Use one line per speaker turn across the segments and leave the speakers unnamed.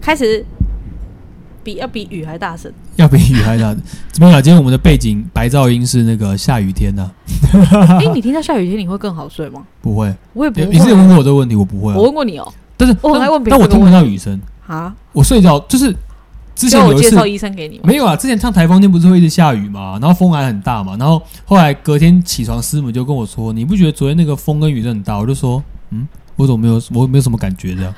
开始比要比雨还 大声，
要比雨还大。怎么讲？啊今天我们的背景白噪音是那个下雨天呐、
哎、你听到下雨天你会更好睡吗？
不会。
我也不
你之前问
会，
过我这个问题，我不会、
我
啊。
问过你哦、
但是，
我很爱问别人
但我
这个
听
问
不
题
到雨声。
啊，
我睡着就是之前
要我
有一
介
次
绍医生给你吗？
没有啊，之前像台风天不是会一直下雨嘛，然后风还很大嘛，然后后来隔天起床，师母就跟我说：“你不觉得昨天那个风跟雨真的很大？”我就说：“嗯，我怎么没有我没有什么感觉这样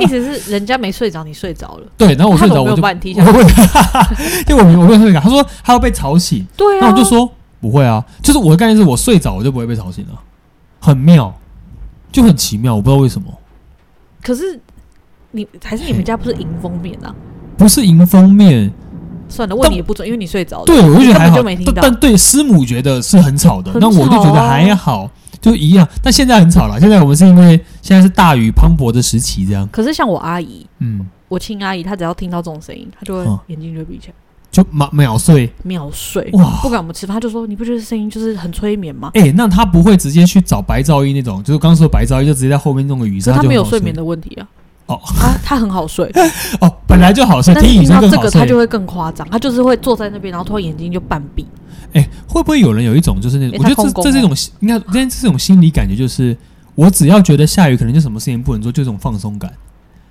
意思是人家没睡着，你睡着了。？”
对，然后我
他
睡
怎
着
么没
我
有
就
把你踢下
我
去？
问， 因为我没我没有睡感，他说他要被吵醒，
对啊，
那我就说不会啊，就是我的概念是我睡着我就不会被吵醒了，很妙，就很奇妙，我不知道为什么，
可是你还是你们家不是迎风面啊？
不是迎风面，
算了，问
但
你也不准，因为你睡着了。
对我就觉得还
哦你根本
好
就没，听
但
到
但对师母觉得是很吵的，
很
那我就觉
吵
得
啊
还好，就一样。但现在很吵了，现在我们是因为现在是大雨磅礴的时期，这样，
可是像我阿姨，
嗯，
我亲阿姨，她只要听到这种声音，她就
嗯
会眼睛就会闭起来，
就秒秒睡。
秒睡。
哇
不管我们吃饭，她就说你不觉得声音就是很催眠吗？
哎、那他不会直接去找白噪音那种，就是刚说白噪音就直接在后面弄个雨
可
声，
是她
就
没有
很好睡
睡眠的问题啊。
哦
她她很好睡，
哦，本来就好睡，
但是
听雨
听
声
到
更
这
好
个她
睡
就。会更夸张，她就是会坐在那边，然后突然眼睛就半闭。
哎、会不会有人有一种就是那种，
诶
我觉
他
得
空
这
宫
这是一
哦
种，应该这这种心理感觉就是，我只要觉得下雨，可能就什么事情不能做，就这种放松感。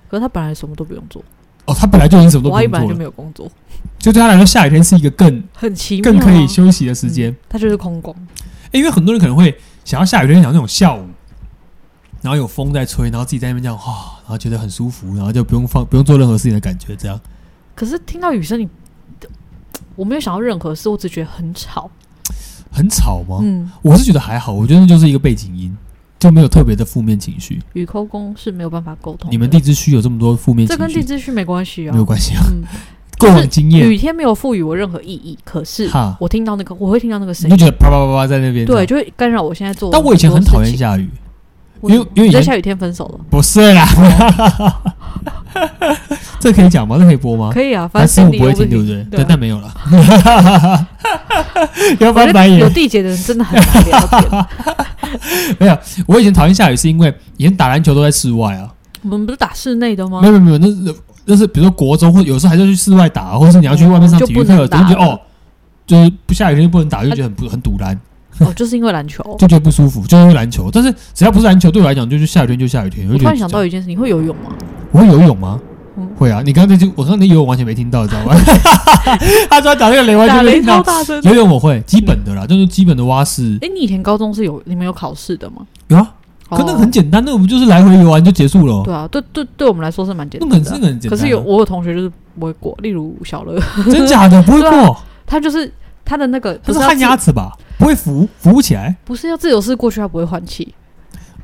可是她本来什么都不用做，
哦，他本来就已经什么都
我
不
阿姨
用
本来就
做了，
没有工作，
就对他来说，下雨天是一个更
很奇妙、啊，
更可以休息的时间。
她就是空工。
欸因为很多人可能会想要下雨天，想那种下午，然后有风在吹，然后自己在那边这样哇、然后觉得很舒服，然后就不用放不用做任何事情的感觉，这样
可是听到雨声，你我没有想到任何事，我只觉得很吵。
很吵吗？
嗯，
我是觉得还好，我觉得那就是一个背景音，就没有特别的负面情绪。
与抠工是没有办法沟通的。
你们地之区有这么多负面情
哦这跟地
绪，
质区没关系啊，
没有关系 啊，
嗯，
过往经验
雨天没有赋予我任何意义，可是
哈，
我听到那个，我会听到那个
你
声
就
音，
觉得啪啪啪啪在那边。
对，，就会干扰我现在做。
但我以前很讨厌，下雨，因为因为以
你在
前
下雨天分手了，
不是啦， 这可以讲吗？这可以播吗？
可以啊，反
但师
正
傅
心里
不会
又
听，对不
不
对？
对
对
啊，
但没有了， 要
我觉
翻
得
白
有
眼。
地结的人真的很难聊 天。
我以前讨厌下雨是因为以前打篮球都在室外啊，
我们不是打室内的吗
没？有没有没有，那是那是比如说国中或有时候还是要去室外打，或者是你要去外面上体育
就不
课，
能
就
打
觉得哦，就是不下雨天就不能打，就觉得很不很堵然，
哦，就是因为篮球。
就觉得不舒服，就是因为篮球。但是只要不是篮球，对我来讲就是下雨天就下雨天。我
我突
就觉得
然想到一件事，你会游泳吗？
我会游泳吗
嗯？
会啊，你刚才就我刚才游泳完全没听到，你知道吗？ 他说打那个雷完
打
全没
雷
听到
超。大声。
游泳我会基本的啦，就是基本的蛙式
哎，你以前高中是有你们有考试的吗？
有啊，
哦
可那个很简单，那个不就是来回游玩就结束了哦？
对啊，对对，对我们来说是蛮简
那
单
个
的啊
很。那个很简单啊。
可是有我有同学就是不会过，例如小乐，
真假的不会
对啊
过，
他就是他的那个
他
不
是
要
旱
自
鸭子吧？不会浮浮不起来，
不是要自由式过去，他不会换气，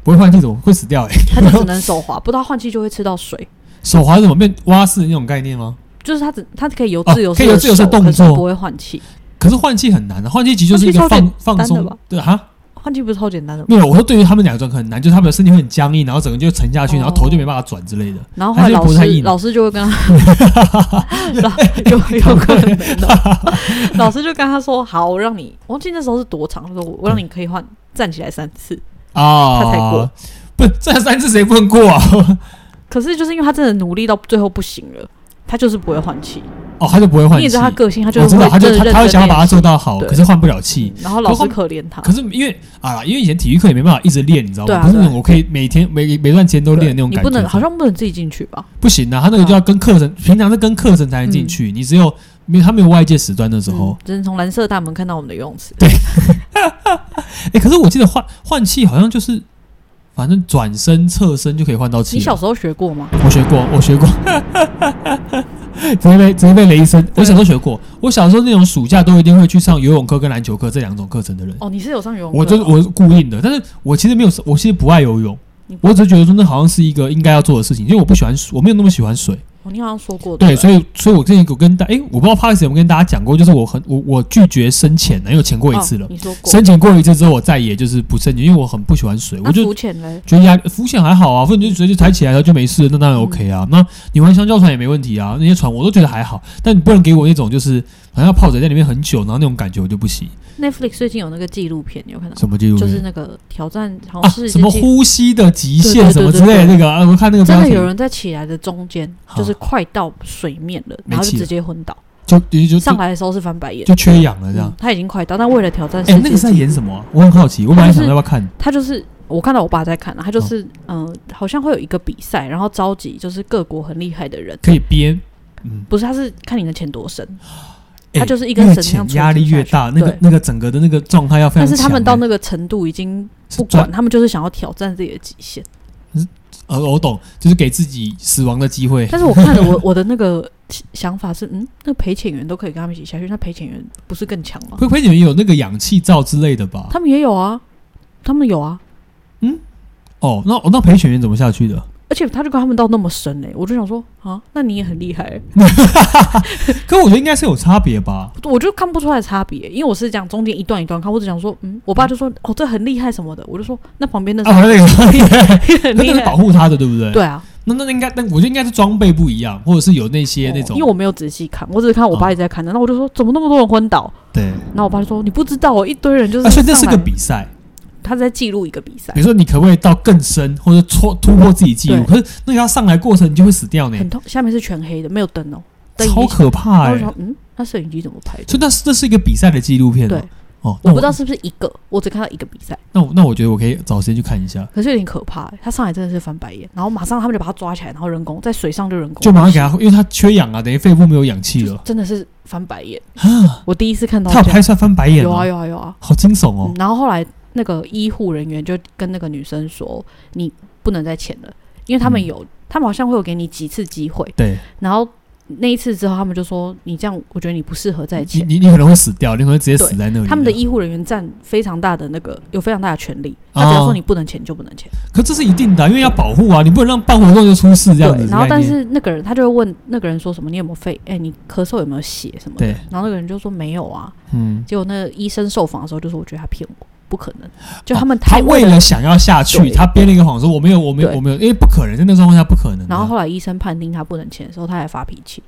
不会换气怎么会死 掉？哎，
他就只能手 滑，不到换气就会吃到水。
手滑怎么变蛙式那种概念吗？
就是他只他可以游
哦
自由
可
式
以
的手、
有自由式动
可是
作
不会换气，
可是换气很难的，啊换气其实就是一个
换气超
放
简
放
单的
松
吧
对哈。
换气不是超简单的吗？
没有，我说对于他们两个很难，就是他们的身体会很僵硬，然后整个就沉下去，
哦
然后头就没办法转之类的。
然后后来
还是
老
不太硬
师老师就会跟他， 老有有可能没弄 老师就跟他说：“好，我让你，我忘记那时候是多长，他说我我让你可以换站起来三次。
啊，
他才过。
不是，这三次谁不能过啊？
可是就是因为他真的努力到最后不行了，他就是不会换气。
哦，他就不会换
你
气。
也知道他个性，他就
我
是
知道，他
会真
就
的
他
认
他会
真
想要把它
练习
做到好，
对
可是换不了气。
然后老
不
师
过
可怜他，
可是因为啊，因为以前体育课也没办法一直练，你知道吗？
对啊
不是那
对啊
种我可以每天每每段时间都练的那种
你
感觉。
不能好像不能自己进去吧？
不行啊，他那个就要跟课程，平常是跟课程才能进去，你只有没有他没有外界时段的时候
嗯。只能从蓝色大门看到我们的游泳池。嗯
哎、可是我记得换换气好像就是，反正转身侧身就可以换到气
你
了。
小时候学过吗？
我学过，我学过， 直接被直接被雷一声。我小时候学过，我小时候那种暑假都一定会去上游泳课跟篮球课这两种课程的人。
哦，你是有上游泳课
我
的
这
哦？
我是故意的，但是我其实没有，我其实不爱游泳
你，不
我只是觉得说那好像是一个应该要做的事情，因为我不喜欢水，我没有那么喜欢水。
哦你好像说过
对，
不
所以所以我之前有跟大，诶，我不知道 p a r k 有没有跟大家讲过，就是我很我我拒绝深潜的，因为我潜过一次了
哦，你说过。
深潜过一啊次之后，我再也就是不深潜，因为我很不喜欢水，我
那
就
浮潜嘞？
觉得压浮潜还好啊，浮潜就直接抬起来了就没事，
嗯
那当然 OK 啊。那你玩香蕉船也没问题啊，那些船我都觉得还好。但你不能给我那种就是好像要泡在在里面很久，然后那种感觉我就不行。
Netflix 最近有那个纪录片，你有看到吗？
什么记录
就
片？
是那个挑战，好
啊，
像是、
什么呼吸的极
对对
限
对
什么之类的那个啊，我看那个
真
标
的
题
有人在起来的中间，
好
就是快到水面了，然后
没气
就
了
直接昏倒。
就就就
上来的时候是翻白眼，
就缺氧了这样
嗯。他已经快到，但为了挑战世界
哎、
纪录，
那个是在演什么啊、我很好奇，我本来想要不要看，
他就是我看到我爸在看啊，他就是
哦
嗯、呃好像会有一个比赛，然后召集就是各国很厉害的人，
可以编。嗯，
不是，他是看你的钱多深，
哎
他就是一根
越
绳这样
潜
戳
压力
进下
越
去
大，那个
对
那个整个的那个状态要非
但
常强
是
欸。
他们到那个程度已经
是
不
专
管，他们就是想要挑战自己的极限。
呃，我懂，就是给自己死亡的机 会。
但是我看了我我的那个想法是，嗯，那赔钱员都可以跟他们一起下去，那赔钱员不是更强吗？
会会你们有那个氧气罩之类的吧？
他们也有啊，他们有啊，
哦，那哦那陪选员怎么下去的？
而且他就跟他们到那么深嘞、我就想说
嗯
啊，那你也很厉害欸、
可我觉得应该是有差别吧。
我就看不出来差别，因为我是讲中间一段一段看，我只想说，嗯，我爸就说，哦，这很厉害什么的，我就说，那旁边那
啊，那个
是嗯很
那
厉
个是保
害，
护他的，对不对？。
对啊，
那那应该，那我觉得应该是装备不一样，或者是有那些那
哦
种
因为我没有仔细看，我只是看我爸一直在看的，那我就说，怎么那么多人昏倒？
对。
然后我爸就说，你不知道哦，一堆人就是、
啊，所以这是个，比赛，
他在记录一个比赛
比，如说你可不可以到更深，或者戳突破自己记录？
对
可是那个要上来过程，你就会死掉呢，
很痛，下面是全黑的，没有灯哦，灯已经
超可
然
怕哎、
后我想，嗯，那摄影机怎么拍的？
所以那是这是一个比赛的纪录片、哦，
对，
哦，那
我不知道，是不是一个，我只看到一个比赛，
那我那我觉得我可以找时间去看一下，
可是有点可怕、欸。他上来真的是翻白眼，然后马上他们就把他抓起来，然后人工在水上就人工，
就马上给他，因为他缺氧啊，等于肺部没有氧气
就是
了。
真的是翻白眼。
啊，
我第一次看到
他有
这样
拍出来翻白眼
有
吗
啊有啊有啊、
好惊悚
嗯
哦！
然后后来那个医护人员就跟那个女生说：“你不能再潜了，因为他们
嗯
有，他们好像会有给你几次机会。
对”
然后那一次之后，他们就说：“你这样，我觉得你不适合再
你
潜。”
你你可能会死掉，你可能会直接
对
死在那里。啊
他们的
这样，
医护人员占非常大的那个，有非常大的权利。他只要
哦
说你不能潜就不能潜。
可这是一定的啊、因为要保护啊，你不能让办活动就出事这样子
对，
的概念。
然后但是那个人他就会问那个人说什么，你有没有肺？哎、你咳嗽有没有血什么的？
对，
然后那个人就说没有啊。
嗯，
结果那个医生受访的时候就说，我觉得他骗我，不可能。就
哦
他们
他
太
为了想要下去，
对
他编了一个谎说我没有，我没有，
对
我没有，因为不可能，在那状况下不可能的啊。
然后后来医生判定他不能签的时候，他还发脾气。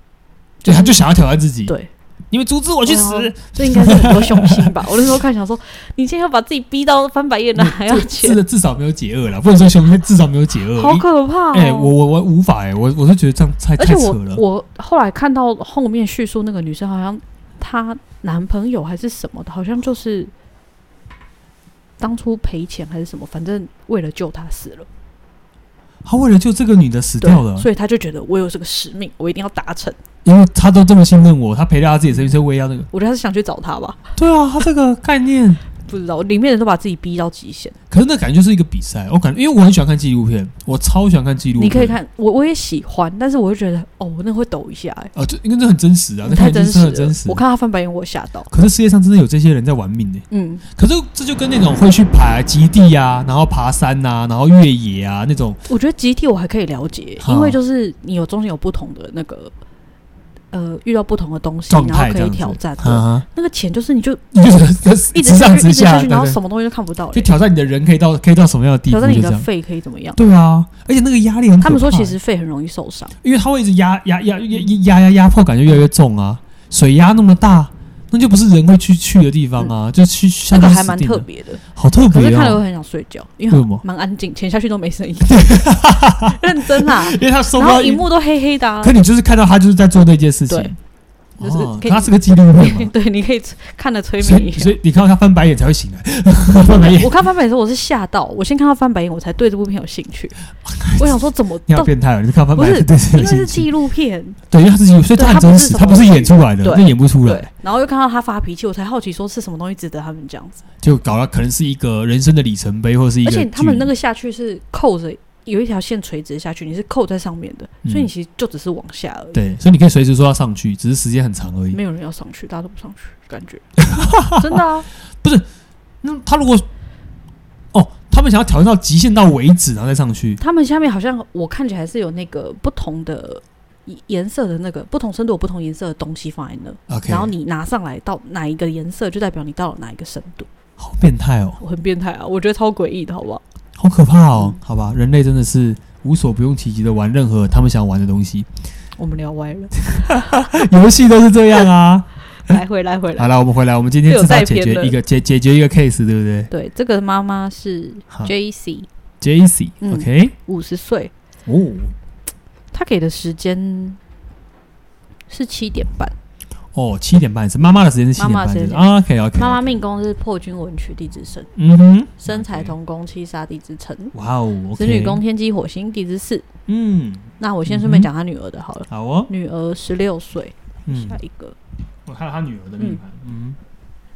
对，他就想要挑战自己。
对，
你们阻止我去死！
对哦这应该是很多凶心吧？我那时候看想说，你现在要把自己逼到翻白眼
嗯
了，还要
至
签，
至少没有解厄了，不能说凶，但至少没有解厄。
好
一
可怕、哦！
哎、我我我无法哎、我我是觉得这样太
而
太
且
扯
我
了。
我后来看到后面叙述那个女生，好像她男朋友还是什么的，好像就是当初赔钱还是什么，反正为了救她死了，
他为了救这个女的死
对
掉了，
所以她就觉得我有这个使命，我一定要达成。
因为他都这么信任我，他陪在他自己身边，所以我也要 那个。
我觉得她是想去找她吧，
对啊，他这个概念，
不知道里面人都把自己逼到极限。
可是那感觉就是一个比赛。我感觉，因为我很喜欢看纪录片，我超喜欢看纪录片。
你可以看我，我也喜欢，但是我就觉得哦，我那会抖一下、欸，
啊，就因为这很真实啊，那
太
看起
真
来就是
实了
很真实
我。看她翻白眼，我吓到。
可是世界上真的有这些人在玩命呢、
嗯，
可是这就跟那种会去爬极地啊，然后爬山呐、然后越野啊那种，
我觉得集体我还可以了解，
好
因为就是你有中间有不同的那个。呃，遇到不同的东西，
状
然
态
后可
这
以
样子
挑战。对
啊，
那个钱就是你就
你就是
一直
直上
下去，
直
一直
下，
下去，
对
然后
对
什么东西都看不到
就
了。
挑战你的人可以到可以到什么样的地步，
挑战你
就这
的
样。
肺可以怎么样？
对啊，而且那个压力很可怕欸。
他们说其实肺很容易受伤，
因为它会一直压压压压压压压迫感就越来越重啊，水压那么大，那就不是人会去去的地方啊，就去
那
像
个
是
还蛮
死定
特
了，
别的。
好特
可是
别
看了我
啊！
很想睡觉，因
为
为
什么
蛮安静，潜下去都没 声音，认真啦。
因为他收
然
不
后
到
荧，幕都黑黑的啊
可，你就是看到他就是在做那件事情
对，就是
哦，
可以
他是个啊纪录片
，
嘛
对，你可以看了催
所
眠一
以
样。
所以你看到他翻白眼才会醒 来，翻白眼
我看翻白眼的时候，我是吓到，我先看到翻白眼，我才对这部片有兴 趣。我想说怎么
你好
到，
变态哦！你是看翻
不
白
是
眼对
因
这
为
个
是
事情，
纪录片，
对，因为他是纪录，所以
对
他
他
很
不
真
是
实，
什么
他不是演出来的，
对
那演不出来
对，。然后又看到他发脾气，我才好奇说是什么东西值得他们这样子。
就搞了，可能是一个人生的里程碑，或者是一个
而
剧。
且他们那个下去是扣着有一条线垂直下去，你是扣在上面的，
嗯
所以你其实就只是往下而已。
对，所以你可以随时说要上去，只是时间很长而已。
没有人要上去，大家都不上去，感 觉真的啊，
那他如果哦，他们想要挑战到极限到为止，然后再上去，
他们下面好像我看起来是有那个不同的颜色的那个不同深度有不同颜色的东西放在那
OK
然后你拿上来到哪一个颜色，就代表你到了哪一个深度。
好变态哦，
我很变态啊，我觉得超诡异的，好不好？
好可怕哦，好吧，人类真的是无所不用其极的玩任何他们想玩的东西，
我们聊歪了，
游戏都是这样啊。
来回来回来。
好了，我们回来，我们今天
这有
至少
带
解
偏
决
的
一个解解决一个 case，对不对
对，这个妈妈是
好
J C，
？JC，OK，、
嗯
OK？
五十岁，
哦
她给的时间是七点半。
哦，七点半是妈妈的时间是七点
妈妈
半
的
是
时
不
间
是啊，OK OK，
妈妈命宫是破军文曲地支申，
嗯哼，
身材同宫七杀地支辰，
哇哦
子
，OK，
女宫天机火星地支巳。
嗯，
那我先顺便
嗯哼
讲她女儿的好了，
好哦，
女儿十六岁，
嗯
下，一个
我看到他女儿的命盘，嗯，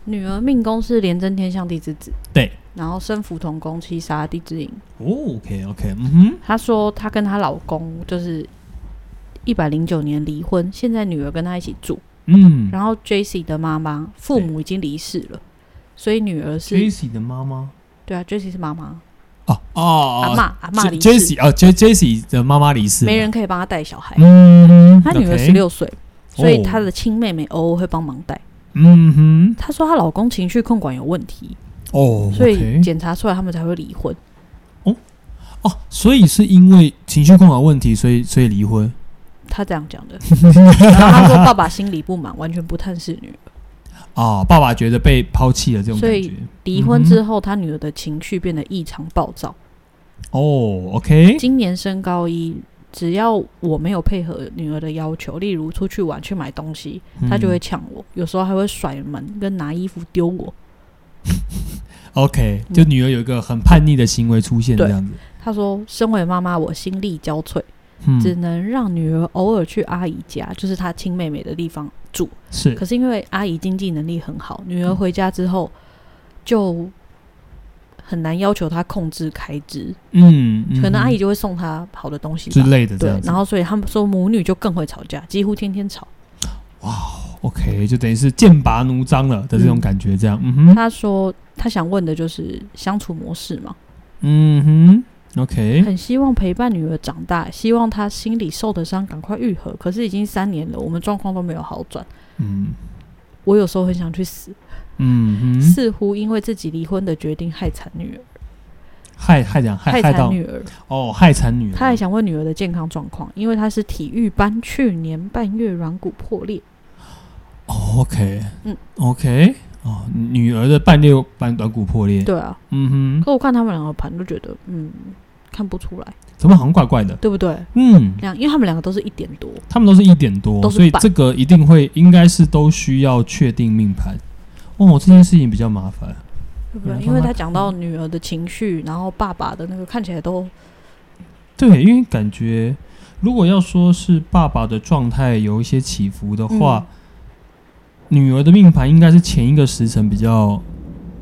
女儿命宫是廉贞天象地支子，
对，
然后身福同宫七杀地支寅。
哦，OK OK，嗯哼，
她说她跟她老公就是一百零九年离婚，现在女儿跟她一起住。
嗯
然后 j c 的妈妈父母已经离世了，所以女儿是
，JC 的妈妈，
对啊 j c 是妈妈，
哦哦
阿
哦
嬷阿啊嬷离世，
，JC 哦，J JC 的妈妈离世，
没人，可以帮她带小孩。
嗯，
她女儿
OK
十，六岁，所以
哦
她的亲妹妹偶尔会帮忙带。
嗯哼，
她说她老公情绪控管有问题，
哦，
所
OK
以检查出来他们才会离婚。
哦，所以是因为情绪控管问题，所以所以离婚。
她这样讲的，然后她说爸爸心里不满，完全不探视女儿。
哦，爸爸觉得被抛弃了这种
所
感
以
觉。
离婚之后，她女儿的情绪变得异常暴躁。
哦，OK，
今年升高一，只要我没有配合女儿的要求，例如出去玩去买东西，她就会
嗯
呛我，有时候还会甩门跟拿衣服丢我。
嗯 OK，就女儿有一个很叛逆的行为出现
嗯对
这样子。
她说：“身为妈妈，我心力交瘁，只
嗯，
能让女儿偶尔去阿姨家，就是她亲妹妹的地方住。
是
可是因为阿姨经济能力很好，女
嗯
儿回家之后就很难要求她控制开支，
嗯，嗯
可能阿姨
嗯
就会送她好的东西
之
吧。
类的这
对
样，子。
然后所以他们说母女就更会吵架，几乎天天吵。
OK，就等于是剑拔弩张了的这种
嗯
感觉，这样。嗯哼，
他说他想问的就是相处模式嘛，
嗯哼，OK，
很希望陪伴女儿长大，希望她心里受的伤赶快愈合。可是已经三年了，我们状况都没有好转。
嗯
我有时候很想去死，
嗯哼，
似乎因为自己离婚的决定害惨女儿，
害害这样害害
惨
到
女儿。
哦，害惨女儿。
他还想问女儿的健康状况，因为她是体育班，去年半月软骨破裂。
哦，OK，
嗯
，OK，哦，女儿的半裂半短骨破裂。
对啊，
嗯哼，
可我看他们两个盘都觉得，嗯，看不出来，
怎么好像怪怪的？
对不对？
嗯，
两，因为他们两个都是一点多，
他们都是一点多，
都是
所以
半
这个一定会应该是都需要确定命盘。哦，这件事情比较麻烦。
对不
嗯
对？因为他讲到女儿的情绪，然后爸爸的那个看起来都
对，因为感觉如果要说是爸爸的状态有一些起伏
嗯
的话，女儿的命盘应该是前一个时辰比较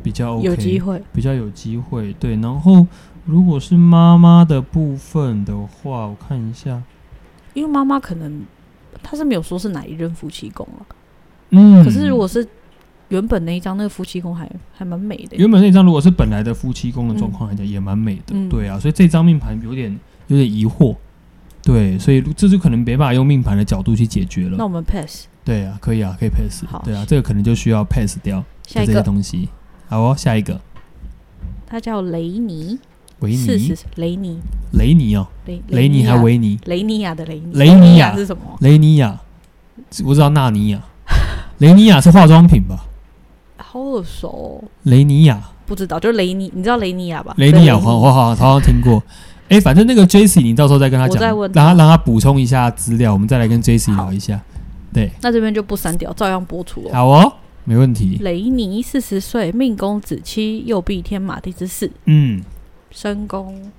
比较 OK，
有机会，
比较有机会。对，然后如果是妈妈的部分的话，我看一下，
因为妈妈可能她是没有说是哪一任夫妻宫了，
嗯，
可是如果是原本那一张那个夫妻宫还还蛮美的，
原本那张如果是本来的夫妻宫的状况来讲，也蛮美的，
嗯
对啊，所以这张命盘有点有点疑惑，对，所以这就可能没办法用命盘的角度去解决
那
了，
我们 pass
对啊，可以啊，可以 pass，
好
对啊，这个可能就需要 pass 掉
下
就
一
这些
个，
东西。好哦，下一个
她叫雷尼，
维
四十
尼，
雷尼
雷尼哦，
雷啊
雷尼还
亚
维尼，
雷尼亚的雷尼，
雷尼亚
是什么？
雷尼亚，我知道纳尼亚，雷尼亚是化妆品吧？
好耳熟哦、
雷尼亚，
不知道，就是雷尼，你知道雷尼亚吧？
雷尼亚，哦
对
我我好像好像听过。哎，反正那个 J C，你到时候再跟他
我
讲，
再
让
问
他让他补充一下资料，我们再来跟 J C
好
聊一下。对，
那这边就不删掉，照样播出哦。
好哦，没问题。
雷尼四十岁，命宫子期，右臂天马地之四，
嗯，
申宫、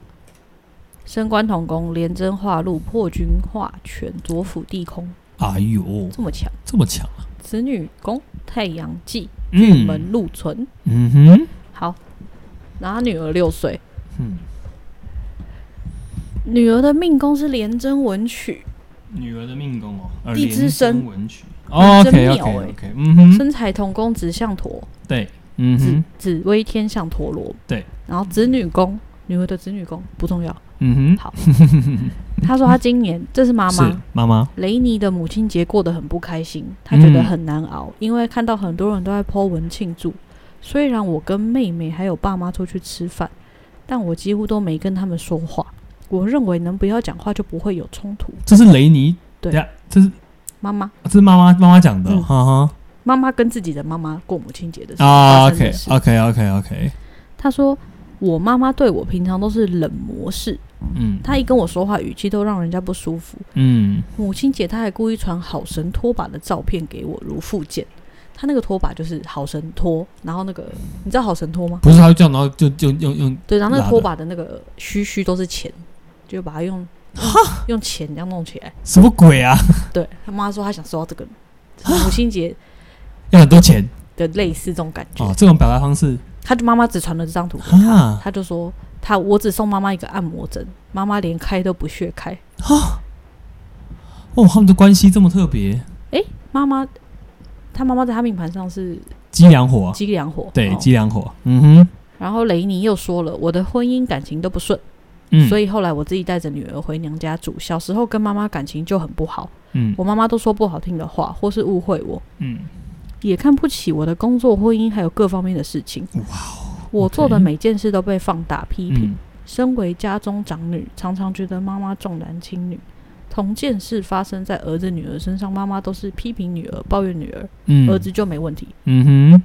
升官同宫、廉贞化禄、破军化权、左辅地空，
哎呦，
这么强。
这么强啊！
子女宫、太阳记、
嗯，
门禄存。
嗯哼，
好，然后他女儿六岁，
嗯，
女儿的命宫是廉贞文曲，
女儿的命宫哦，而
地之
生
声
文曲。哦
真妙欸
OK，嗯哼，
身材同宫子相陀，
对，嗯
紫
哼，
紫微天相陀罗。
对，
然后子女宫，女儿的子女宫不重要。
嗯哼，
她说她今年，这是妈
是
妈。
妈妈，
雷尼的母亲节过得很不开心，她觉得
嗯
很难熬，因为看到很多人都在 po 文庆祝。虽然我跟妹妹还有爸妈出去吃饭，但我几乎都没跟他们说话。我认为能不要讲话就不会有冲突。
这是雷尼，
对
等一下，这是
妈妈，
这是妈妈妈妈讲的哦，
嗯
哈哈，
妈妈跟自己的妈妈过母亲节的时候发生
啊，OK
的事。
OK OK OK，
他说我妈妈对我平常都是冷漠式，
嗯
她一跟我说话语气都让人家不舒服。
嗯
母亲节她还故意传好神拖把的照片给我，如附件。她那个拖把就是好神拖，然后那个你知道好神拖吗？
不是他这样，然后就就用用
对，然后那
拉
个
的
拖把的那个须须都是钱，就把它用用钱这样弄起来。
什么鬼啊？
对他妈说她想收到这个，这是母亲节
要很多钱
的类似这种感觉
哦，。这种表达方式
她就妈妈只传了这张图给她，
啊，
她就说她我只送妈妈一个按摩针，妈妈连开都不屑开。
哦，他们的关系这么特别，
妈妈，她妈妈在她命盘上是
鸡粮火，
激良火，
对，
哦
鸡粮火，嗯哼，
然后雷尼又说了，我的婚姻感情都不顺，
嗯，
所
以
以后来我自己带着女儿回娘家住。小时候跟妈妈感情就很不好，
嗯
我妈妈都说不好听的话，或是误会我，
嗯，
也看不起我的工作、婚姻还有各方面的事情。
哇
我做的
OK
每件事都被放大批评。
嗯
身为家中长女，常常觉得妈妈重男轻女。同件事发生在儿子、女儿身上，妈妈都是批评女儿、抱怨女儿，
嗯，
儿子就没问题。
嗯哼，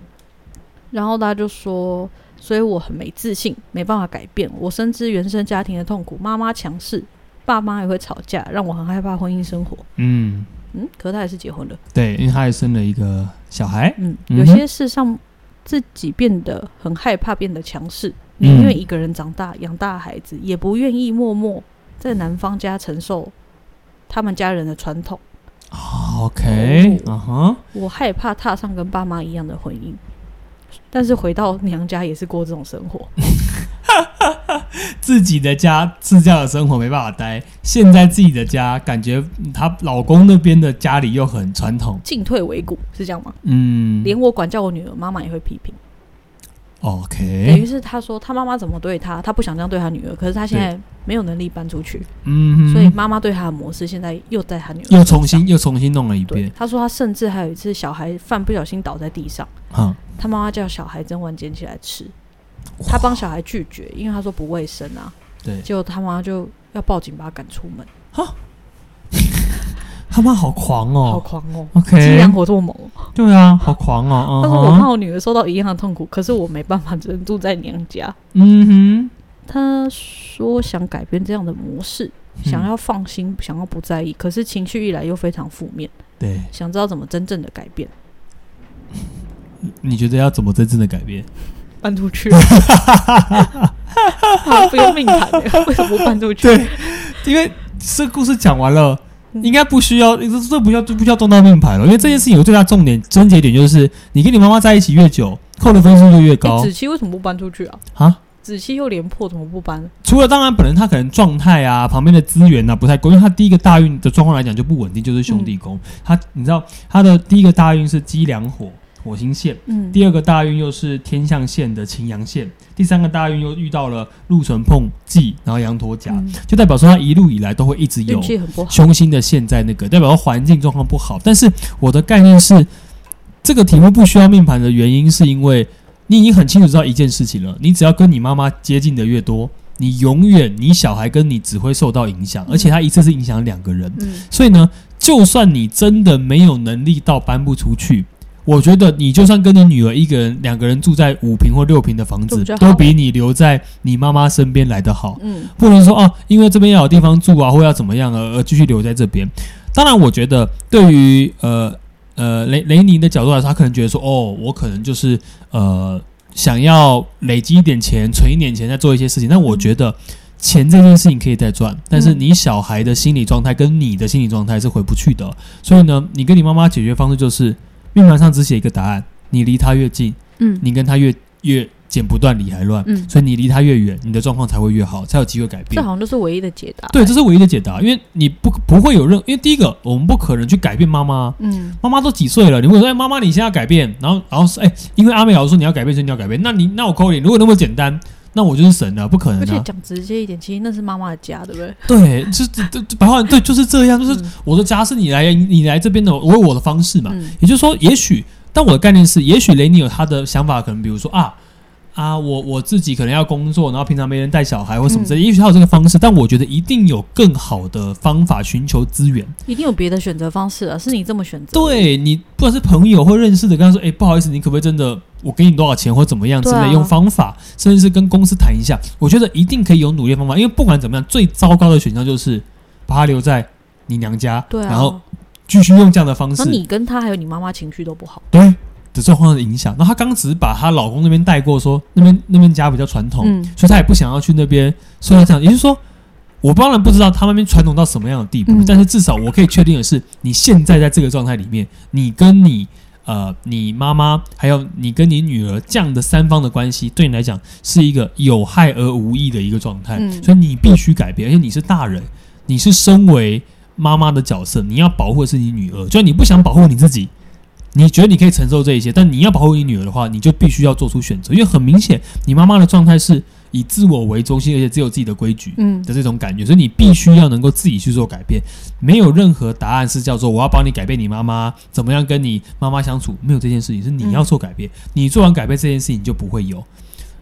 然后他就说，所以我很没自信，没办法改变。我深知原生家庭的痛苦，妈妈强势，爸妈也会吵架，让我很害怕婚姻生活。
嗯，
嗯，可他也是结婚了。
对，因为他也生了一个小孩，
嗯，
嗯哼
有些事上自己变得很害怕，变得强势，
嗯
宁愿一个人长大养大孩子，也不愿意默默在男方家承受他们家人的传统。
OK，啊哈，
我害怕踏上跟爸妈一样的婚姻，但是回到娘家也是过这种生活。
自己的家自家的生活没办法待，现在自己的家感觉嗯她老公那边的家里又很传统，
进退维谷是这样吗？
嗯
连我管教我女儿，妈妈也会批评。等于
，OK，
是他说他妈妈怎么对他，他不想这样对他女儿，可是他现在没有能力搬出去，
嗯哼，
所以妈妈对他的模式现在又在他女儿
又
身上
重新又重新弄了一
对
遍，，
他说他甚至还有一次小孩饭不小心倒在地上，
哈，
他妈妈叫小孩整碗捡起来吃，他帮小孩拒绝，因为他说不卫生啊，
对，
结果他妈就要报警把他赶出门，
他妈好狂
好
哦
狂哦！鸡
，OK，
养活这么猛哦，
对啊，好狂哦，
他
嗯
说我怕
哼，
我女儿受到一样的痛苦，可是我没办法，只能住在娘家。
嗯
他说想改变这样的模式，
哼，
想
嗯
要放心，想要不在意，可是情绪一来又非常负面，
对，
想知道怎么真正的改变，
你觉得要怎么真正的改变？
搬出 去。 啊、不用命盘了，为什么不搬出去？哎
对，因为这故事讲完了，
嗯
应该不需要，这这不需要，这不需要动到命牌了。因为这件事情有最大重点症结点就是，你跟你妈妈在一起越久，扣的分数就越
欸
高
子期为什么不搬出去啊？
啊。
子期又廉颇，怎么不搬？
除了当然，本人他可能状态啊，旁边的资源啊不太够，因为他第一个大运的状况来讲就不稳定，就是兄弟
嗯
宫。他你知道他的第一个大运是鸡梁火火星线，
嗯，
第二个大运又是天象线的擎羊线，第三个大运又遇到了禄存碰忌，然后羊驼甲，
嗯
就代表说他一路以来都会一直有
运气很不好。
凶星的现在那个，代表说环境状况不好。但是我的概念是，这个题目不需要命盘的原因，是因为你已经很清楚知道一件事情了，你只要跟你妈妈接近的越多，你永远你小孩跟你只会受到影响，
嗯
而且他一次是影响两个人。
嗯，
所以呢，就算你真的没有能力到搬不出去。我觉得你就算跟你女儿一个人、两个人住在五平或六平的房
住
子
比较，好
都比你留在你妈妈身边来得好。
嗯，
不能说哦，因为这边要有地方住啊，或要怎么样而而继续留在这边。当然，我觉得对于呃呃雷雷尼的角度来说，他可能觉得说哦，我可能就是呃想要累积一点钱，存一点钱，再做一些事情。但我觉得钱这件事情可以再赚，但是你小孩的心理状态跟你的心理状态是回不去的。所以呢，你跟你妈妈解决方式就是命盘上只写一个答案，你离她越近，
嗯，
你跟她越越剪不断理还乱。
嗯，
所以你离他越远，你的状况才会越好，才有机会改
这
变
好。像就是唯一的解答。
对，这是唯一的解答，因为你不不会有任，因为第一个我们不可能去改变妈妈，
嗯，
妈妈都几岁了，你会说，哎，妈妈你现在要改变，然后然后是哎，因为阿美老师说你要改变，所以你要改变，那你那我扣你，如果那么简单，那我就是神了，不可能
而且
啊！
讲直接一点，其实那是妈妈的家，对不对？
对，就是这这白话对，就是这样，就是
嗯
我的家是你来你来这边的，我有我的方式嘛，
嗯
也就是说，也许，但我的概念是，也许雷尼有他的想法，可能比如说啊，啊，我我自己可能要工作，然后平常没人带小孩或什么之类，
嗯
也许他有这个方式，但我觉得一定有更好的方法寻求资源。
一定有别的选择方式啊，是你这么选择。
对你，不管是朋友或认识的，跟他说，哎、不好意思，你可不可以真的，我给你多少钱或怎么样之类，
对啊
用方法，甚至是跟公司谈一下，我觉得一定可以有努力的方法，因为不管怎么样，最糟糕的选项就是把他留在你娘家，
对啊，
然后继续用这样的方式
那，你跟他还有你妈妈情绪都不好，
对的状况的影响。那她刚只是把她老公那边带过说那边那边家比较传统，
嗯
所以她也不想要去那边，所以她这样，也就是说。我当然不知道他们那边传统到什么样的地步，
嗯
但是至少我可以确定的是，你现在在这个状态里面，你跟你呃你妈妈还有你跟你女儿这样的三方的关系，对你来讲是一个有害而无益的一个状态，
嗯
所以你必须改变，而且你是大人，你是身为妈妈的角色，你要保护的是你女儿，就你不想保护你自己。你觉得你可以承受这一些，但你要保护你女儿的话，你就必须要做出选择，因为很明显，你妈妈的状态是以自我为中心，而且只有自己的规矩
嗯
的这种感觉，所以你必须要能够自己去做改变。没有任何答案是叫做我要帮你改变你妈妈，怎么样跟你妈妈相处，没有这件事情，是你要做改
嗯
变。你做完改变这件事情就不会有。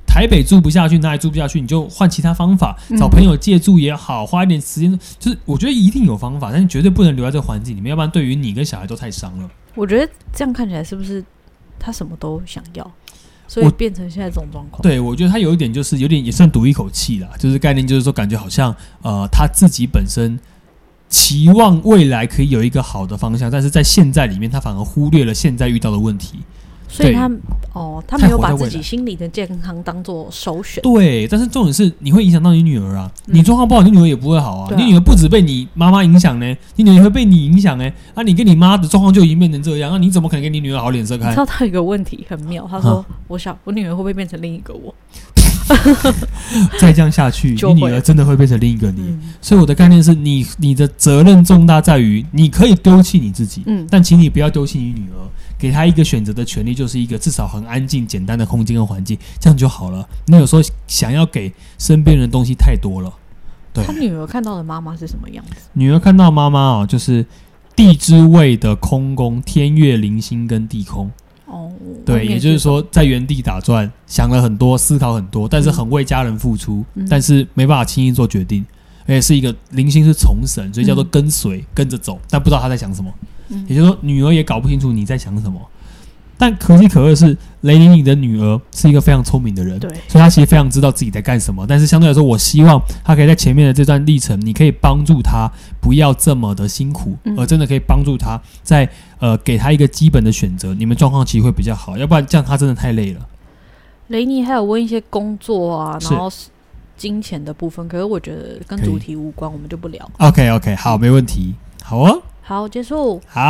台北住不下去，哪里住不下去，你就换其他方法，
嗯
找朋友借住也好，花一点时间，就是我觉得一定有方法，但是绝对不能留在这个环境里面，要不然对于你跟小孩都太伤了。
我觉得这样看起来是不是他什么都想要，所以
我
变成现在这种状况？
对，我觉得他有一点就是有点也算赌一口气啦，就是概念就是说，感觉好像呃他自己本身期望未来可以有一个好的方向，但是在现在里面他反而忽略了现在遇到的问题。
所以
对
他哦，他
太
没有
活
把
在
自
未
己
来
心理的健康当做首选。
对，但是重点是你会影响到你女儿啊，
嗯
你状况不好，你女儿也不会好啊。
对啊
你女儿不止被你妈妈影响呢，你女儿也会被你影响呢。啊，你跟你妈的状况就已经变成这样，那、啊你怎么可能给你女儿好脸色
你
看
知？道他有一个问题很妙，他
啊
说：“我想我女儿会不会变成另一个我
再这样下 去，
就
你
会
女儿真的会变成另一个？”你。
嗯
所以我的概念是你，你的责任重大在于你可以丢弃你自己，
嗯
但请你不要丢弃你女儿，给她一个选择的权利，就是一个至少很安静、简单的空间跟环境，这样就好了。你有时候想要给身边人的东西太多了，对
他。女儿看到的妈妈是什么样子？
女儿看到妈妈哦，就是地之位的空宫，天月零星跟地空，
哦，
对，
我
也就是，说在原地打转，想了很多，思考很多，但是很为家人付出，
嗯
但是没办法轻易做决定。而且是一个零星是从神，所以叫做跟随、跟着走，但不知道他在想什么。
嗯
也就是说，女儿也搞不清楚你在想什么。但可喜可贺的是，雷尼你的女儿是一个非常聪明的人，
对
所以她其实非常知道自己在干什么。但是相对来说，我希望她可以在前面的这段历程，你可以帮助她不要这么的辛苦，
嗯
而真的可以帮助她在呃给她一个基本的选择，你们状况其实会比较好。要不然这样她真的太累了。
雷尼还有问一些工作啊，
是
然后是金钱的部分，可是我觉得跟
可以
主题无关，我们就不聊。
OK OK，好，没问题，好哦，
好，结束。
好，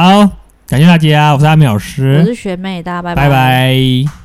感谢大家，我是阿美老
我
师，
是学妹，大家拜
嗯拜拜